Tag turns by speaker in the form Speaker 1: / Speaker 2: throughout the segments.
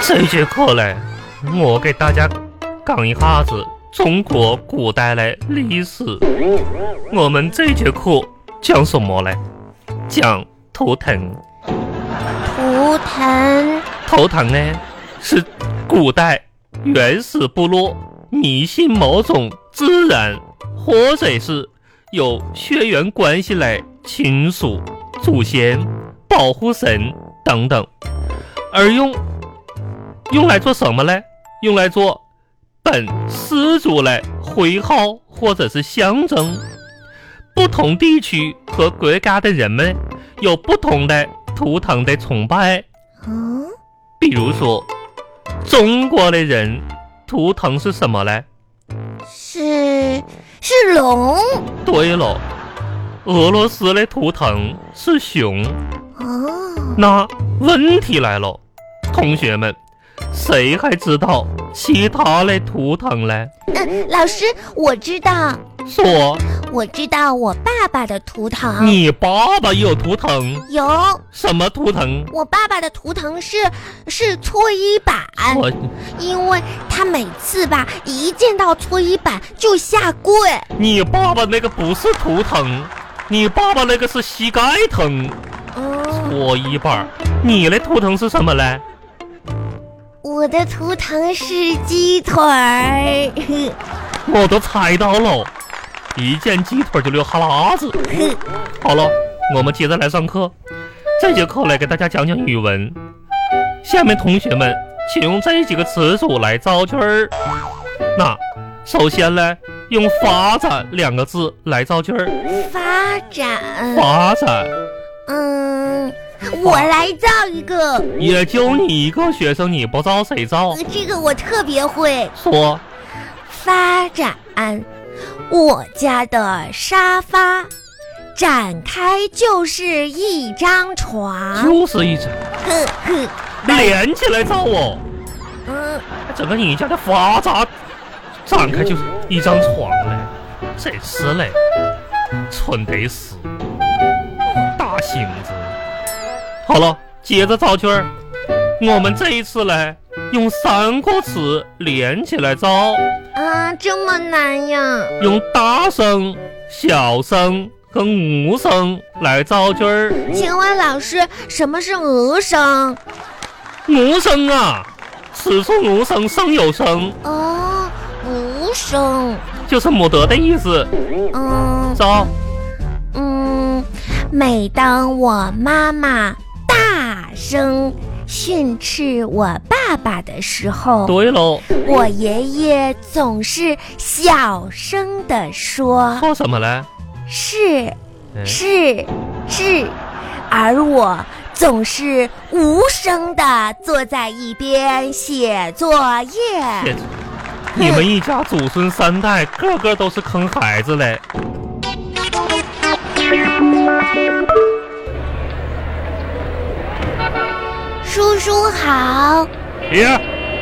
Speaker 1: 真是可怜。我给大家讲一下子中国古代的历史。我们这节课讲什么呢？讲图腾。
Speaker 2: 图腾，
Speaker 1: 头疼呢，是古代原始部落迷信某种自然或者是有血缘关系的亲属、祖先、保护神等等，而用用来做什么呢？用来做本氏族的徽号或者是象征。不同地区和国家的人们有不同的图腾的崇拜。
Speaker 2: 嗯，
Speaker 1: 比如说，中国的人图腾是什么嘞？
Speaker 2: 是是龙
Speaker 1: 对了，俄罗斯的图腾是熊。
Speaker 2: 哦，
Speaker 1: 那问题来了，同学们，谁还知道其他的图腾嘞？
Speaker 2: 嗯，老师，我知道，
Speaker 1: 说
Speaker 2: 我知道我爸爸的图腾
Speaker 1: 你爸爸有图腾，
Speaker 2: 有，
Speaker 1: 什么图腾？
Speaker 2: 我爸爸的图腾是是搓衣板，
Speaker 1: 我
Speaker 2: 因为他每次吧一见到搓衣板就下跪。
Speaker 1: 你爸爸那个不是图腾，你爸爸那个是膝盖疼，
Speaker 2: 哦，
Speaker 1: 搓衣板儿。你的图腾是什么嘞？
Speaker 2: 我的图腾是鸡腿儿，
Speaker 1: 我都猜到了，一见鸡腿就流哈喇子。好了，我们接着来上课。这节课来给大家讲讲语文。下面同学们，请用这几个词组来造句儿。那首先呢，用“发展”两个字来造句儿。
Speaker 2: 发展。
Speaker 1: 发展，
Speaker 2: 嗯，我来造一个，
Speaker 1: 也就你一个学生，你不造谁造？
Speaker 2: 呃这个我特别会
Speaker 1: 说
Speaker 2: 发展。我家的沙发展开就是一张床，嗯
Speaker 1: 就是一张，
Speaker 2: 呵呵，
Speaker 1: 连起来造哦。
Speaker 2: 嗯，
Speaker 1: 整个你家的发展展开就是一张床嘞，真是嘞，蠢得死，大星子。好了，接着造句儿。我们这一次嘞，用三个词连起来造，
Speaker 2: 啊，这么难呀？
Speaker 1: 用大声、小声和无声来造句儿。
Speaker 2: 请问老师，什么是鹅声？
Speaker 1: 无声啊，此处无声胜有声，
Speaker 2: 哦，无声。
Speaker 1: 就是没得的意思。
Speaker 2: 嗯
Speaker 1: 造。
Speaker 2: 嗯，每当我妈妈大声训斥我爸爸的时候，
Speaker 1: 对喽，
Speaker 2: 我爷爷总是小声地说
Speaker 1: 说什么嘞？：“
Speaker 2: 是
Speaker 1: 嗯
Speaker 2: 是是。”而我总是无声地坐在一边写作 业。
Speaker 1: 你们一家祖孙三代，个个都是坑孩子嘞。
Speaker 2: 叔叔好，
Speaker 1: 咦，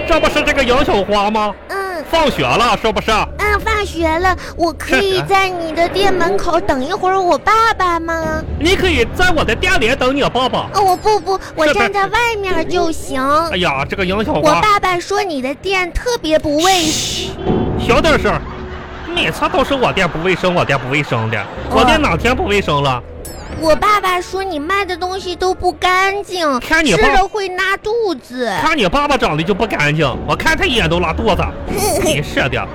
Speaker 1: 这不是这个杨小花吗？
Speaker 2: 嗯
Speaker 1: 放学了是不是？
Speaker 2: 嗯，放学了，我可以
Speaker 1: 是
Speaker 2: 在你的店门口等一会儿我爸爸吗？
Speaker 1: 你可以在我的店里等你爸爸。
Speaker 2: 哦，我不不，我
Speaker 1: 是的
Speaker 2: 站在外面就行。
Speaker 1: 哎呀，这个杨小
Speaker 2: 我
Speaker 1: 花，
Speaker 2: 爸爸说你的店特别不卫生。
Speaker 1: 小点声。每次都是我店不卫生，我店不卫生的。我店哪天不卫生了？
Speaker 2: 我爸爸说你卖的东西都不干净，
Speaker 1: 看你
Speaker 2: 吃
Speaker 1: 爸
Speaker 2: 了会拉肚子。
Speaker 1: 看你爸爸长得就不干净，我看他一眼都拉肚子。你是的，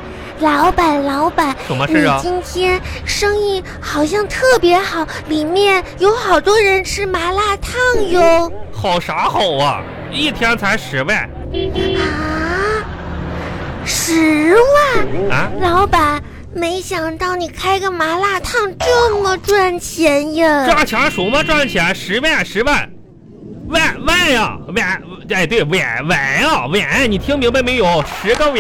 Speaker 2: 老板，老板，
Speaker 1: 什么
Speaker 2: 你
Speaker 1: 事啊？
Speaker 2: 今天生意好像特别好，里面有好多人吃麻辣烫哟。
Speaker 1: 好啥好啊？一天才十万
Speaker 2: 啊，十万！
Speaker 1: 啊？
Speaker 2: 老板，没想到你开个麻辣烫这么赚钱呀！
Speaker 1: 赚钱什么赚钱？十万十万，万万呀万！哎对，万万呀万！你听明白没有？十个碗，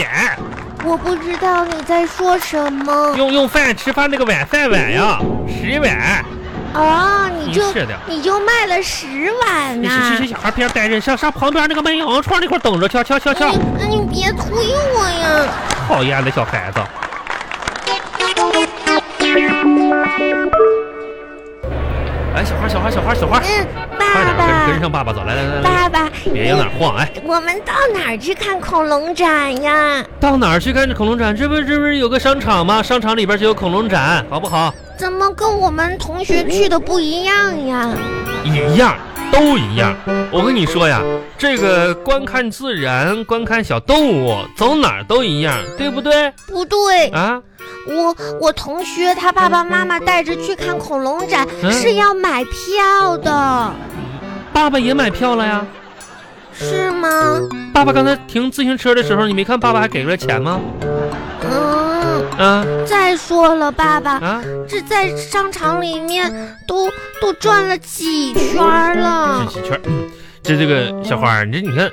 Speaker 2: 我不知道你在说什么。
Speaker 1: 用用饭吃饭那个碗饭碗呀，十碗。
Speaker 2: 哦，你就
Speaker 1: 真是的
Speaker 2: 你就卖了十碗
Speaker 1: 你
Speaker 2: 呐、
Speaker 1: 去去去，小孩别待着，上上旁边那个卖羊肉串那块等着去去去去！
Speaker 2: 你你哎别推我呀！
Speaker 1: 讨厌的小孩子。哎，小花小花小花小花，
Speaker 2: 嗯，爸
Speaker 1: 快
Speaker 2: 爸
Speaker 1: 点跟跟上
Speaker 2: 爸，
Speaker 1: 爸爸走，来来来来，
Speaker 2: 爸爸，
Speaker 1: 别往哪儿晃，哎，
Speaker 2: 我们到哪儿去看恐龙展呀？
Speaker 1: 到哪儿去看这恐龙展？这不这不是有个商场吗？商场里边就有恐龙展，好不好？
Speaker 2: 怎么跟我们同学去的不一样呀？
Speaker 1: 一样，都一样。我跟你说呀，这个观看自然、观看小动物，走哪儿都一样，对不对
Speaker 2: 不对，
Speaker 1: 啊？
Speaker 2: 我我同学他爸爸妈妈带着去看恐龙展
Speaker 1: 嗯
Speaker 2: 是要买票的，
Speaker 1: 爸爸也买票了呀。
Speaker 2: 是吗？
Speaker 1: 爸爸刚才停自行车的时候，你没看爸爸还给了钱吗？
Speaker 2: 嗯，
Speaker 1: 啊
Speaker 2: 再说了，爸爸，
Speaker 1: 啊，
Speaker 2: 这在商场里面都都转了几圈
Speaker 1: 这
Speaker 2: 了，
Speaker 1: 几圈，嗯这这个小花儿，你这你看，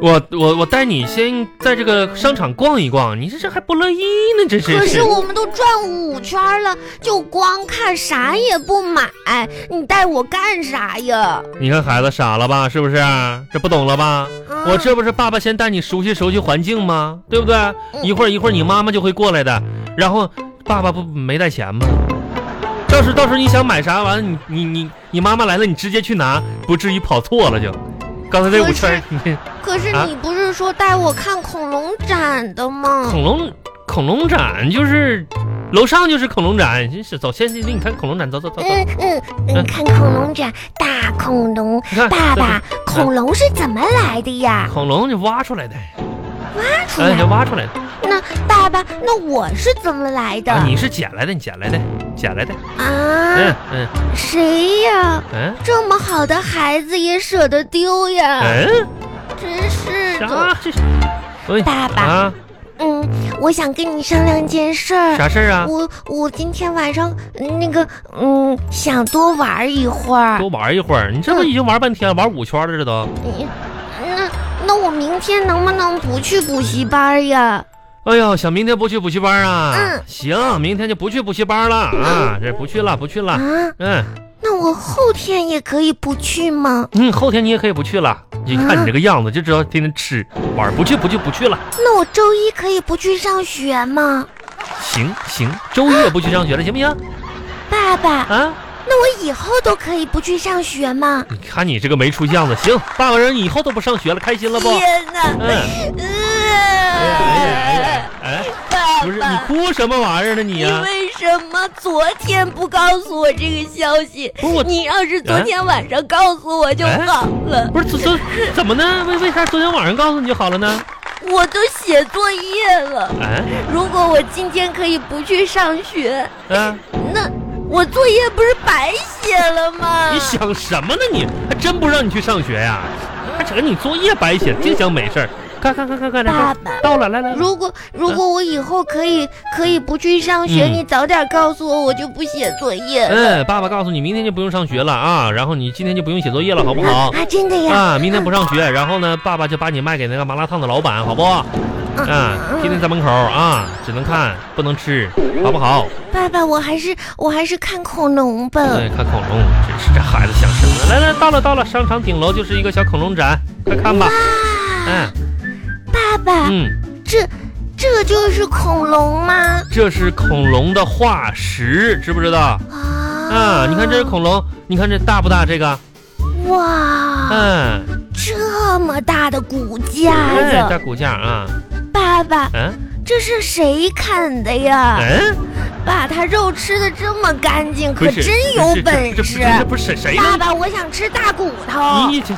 Speaker 1: 我我我带你先在这个商场逛一逛，你这这还不乐意呢，这
Speaker 2: 可
Speaker 1: 真
Speaker 2: 是
Speaker 1: 是。
Speaker 2: 我们都转五圈了，就光看啥也不买，你带我干啥呀？
Speaker 1: 你看孩子傻了吧？是不是？这不懂了吧？
Speaker 2: 啊
Speaker 1: 我这不是爸爸先带你熟悉熟悉环境吗？对不对？
Speaker 2: 嗯
Speaker 1: 一会儿一会儿你妈妈就会过来的。然后爸爸不没带钱吗？到时到时候你想买啥，完了你你你你妈妈来了，你直接去拿，不至于跑错了就。刚才这五圈儿，你
Speaker 2: 可是嗯
Speaker 1: 啊
Speaker 2: 你不是说带我看恐龙展的吗？
Speaker 1: 恐龙恐龙展就是楼上就是恐龙展，真是走，先先领你啊看恐龙展，走走走走，
Speaker 2: 嗯嗯嗯，
Speaker 1: 嗯啊
Speaker 2: 看恐龙展，大恐龙，
Speaker 1: 你看
Speaker 2: 爸
Speaker 1: 这
Speaker 2: 爸，恐龙是怎么来的呀
Speaker 1: 是？恐龙就挖出来的，
Speaker 2: 挖出
Speaker 1: 哎，
Speaker 2: 来
Speaker 1: 就。挖出来的
Speaker 2: 那爸爸，那我是怎么来的
Speaker 1: 啊，你是捡来的，你捡来的，捡来的，
Speaker 2: 啊
Speaker 1: 嗯？嗯
Speaker 2: 谁呀？
Speaker 1: 嗯
Speaker 2: 这么好的孩子也舍得丢呀？
Speaker 1: 嗯，
Speaker 2: 真嗯是的。
Speaker 1: 啥这是？喂
Speaker 2: 爸爸
Speaker 1: 啊，
Speaker 2: 嗯，我想跟你商量件事儿。
Speaker 1: 啥事儿啊？
Speaker 2: 我我今天晚上嗯那个嗯，想多玩一会儿。
Speaker 1: 多玩一会儿，你这不已经玩半天了，玩五圈了，这都。
Speaker 2: 嗯那那我明天能不能不去补习班呀？
Speaker 1: 哎呦，想明天不去补习班啊？
Speaker 2: 嗯
Speaker 1: 行，明天就不去补习班了啊，这不去了，不去了。
Speaker 2: 啊，
Speaker 1: 嗯
Speaker 2: 那我后天也可以不去吗？
Speaker 1: 嗯，后天你也可以不去了。你看
Speaker 2: 啊
Speaker 1: 你这个样子，就知道天天吃玩，不去不去不去了。
Speaker 2: 那我周一可以不去上学吗？
Speaker 1: 行行，周一也不去上学了，行不行
Speaker 2: 爸爸，
Speaker 1: 啊？
Speaker 2: 那我以后都可以不去上学吗？
Speaker 1: 你看你这个没出息样子，行，爸爸让你以后都不上学了，开心了不？
Speaker 2: 天哪！
Speaker 1: 嗯，哎呀哎呀哎呀，哎，
Speaker 2: 呃爸
Speaker 1: 不是你哭什么玩意儿呢你啊
Speaker 2: 你
Speaker 1: 呀、
Speaker 2: 为什么昨天不告诉我这个消息？
Speaker 1: 不是我
Speaker 2: 你要是昨天晚上告诉我就好了，
Speaker 1: 不是怎 怎怎么呢？为为啥昨天晚上告诉你就好了呢？
Speaker 2: 我都写作业了。
Speaker 1: 哎
Speaker 2: 如果我今天可以不去上学，
Speaker 1: 啊。
Speaker 2: 那我作业不是白写了吗？
Speaker 1: 你想什么呢你？还真不让你去上学呀、还扯你作业白写，净想美事儿。看看看看看，来
Speaker 2: 爸
Speaker 1: 看
Speaker 2: 爸
Speaker 1: 到了，来来，
Speaker 2: 如果如果我以后可以可以不去上学，
Speaker 1: 嗯
Speaker 2: 你早点告诉我，我就不写作业了。
Speaker 1: 嗯，爸爸告诉你，明天就不用上学了啊，然后你今天就不用写作业了，好不好？
Speaker 2: 啊，真的呀？
Speaker 1: 啊，明天不上学，然后呢，爸爸就把你卖给那个麻辣烫的老板，好不好？啊，
Speaker 2: 嗯
Speaker 1: 天天在门口啊，只能看不能吃，好不好？
Speaker 2: 爸爸，我还是我还是看恐龙吧。
Speaker 1: 哎，看恐龙，真是这孩子想什么？来来，到了到了，商场顶楼就是一个小恐龙展，快看吧。
Speaker 2: 啊，
Speaker 1: 嗯
Speaker 2: 爸爸，
Speaker 1: 嗯，
Speaker 2: 这这就是恐龙吗？
Speaker 1: 这是恐龙的化石，知不知道？
Speaker 2: 啊
Speaker 1: 啊，你看这是恐龙，你看这大不大？这个，
Speaker 2: 啊哇，
Speaker 1: 嗯，
Speaker 2: 这么大的骨架
Speaker 1: 哎，大
Speaker 2: 子，
Speaker 1: 骨架啊，
Speaker 2: 爸爸，
Speaker 1: 嗯
Speaker 2: 这是谁啃的呀？
Speaker 1: 嗯，
Speaker 2: 把它肉吃的这么干净，可
Speaker 1: 不是
Speaker 2: 真有
Speaker 1: 这这
Speaker 2: 本
Speaker 1: 这
Speaker 2: 事啊
Speaker 1: 这。这不是谁谁
Speaker 2: 爸
Speaker 1: 呢？
Speaker 2: 爸，我想吃大骨头。
Speaker 1: 你你这